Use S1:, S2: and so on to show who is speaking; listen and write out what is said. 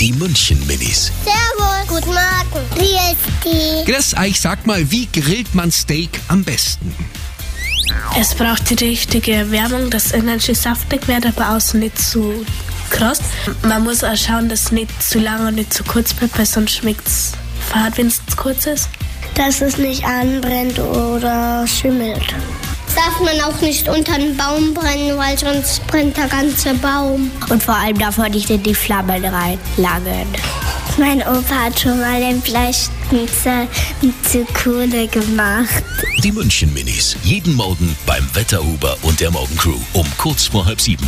S1: Die München Minis.
S2: Servus. Guten Morgen. Wie ist die?
S1: Chris, ich sag mal, wie grillt man Steak am besten?
S3: Es braucht die richtige Wärmung, dass Energy saftig wird, aber außen nicht zu kross. Man muss auch schauen, dass es nicht zu lang und nicht zu kurz bleibt, weil sonst schmeckt es fad, wenn es zu kurz ist.
S2: Dass es nicht anbrennt oder schimmelt. Das darf man auch nicht unter einen Baum brennen, weil sonst brennt der ganze Baum.
S4: Und vor allem darf man nicht in die Flammen reinlangen.
S2: Mein Opa hat schon mal den Fleisch mit, zu Kohle gemacht.
S1: Die München Minis. Jeden Morgen beim Wetterhuber und der Morgencrew um kurz vor halb sieben.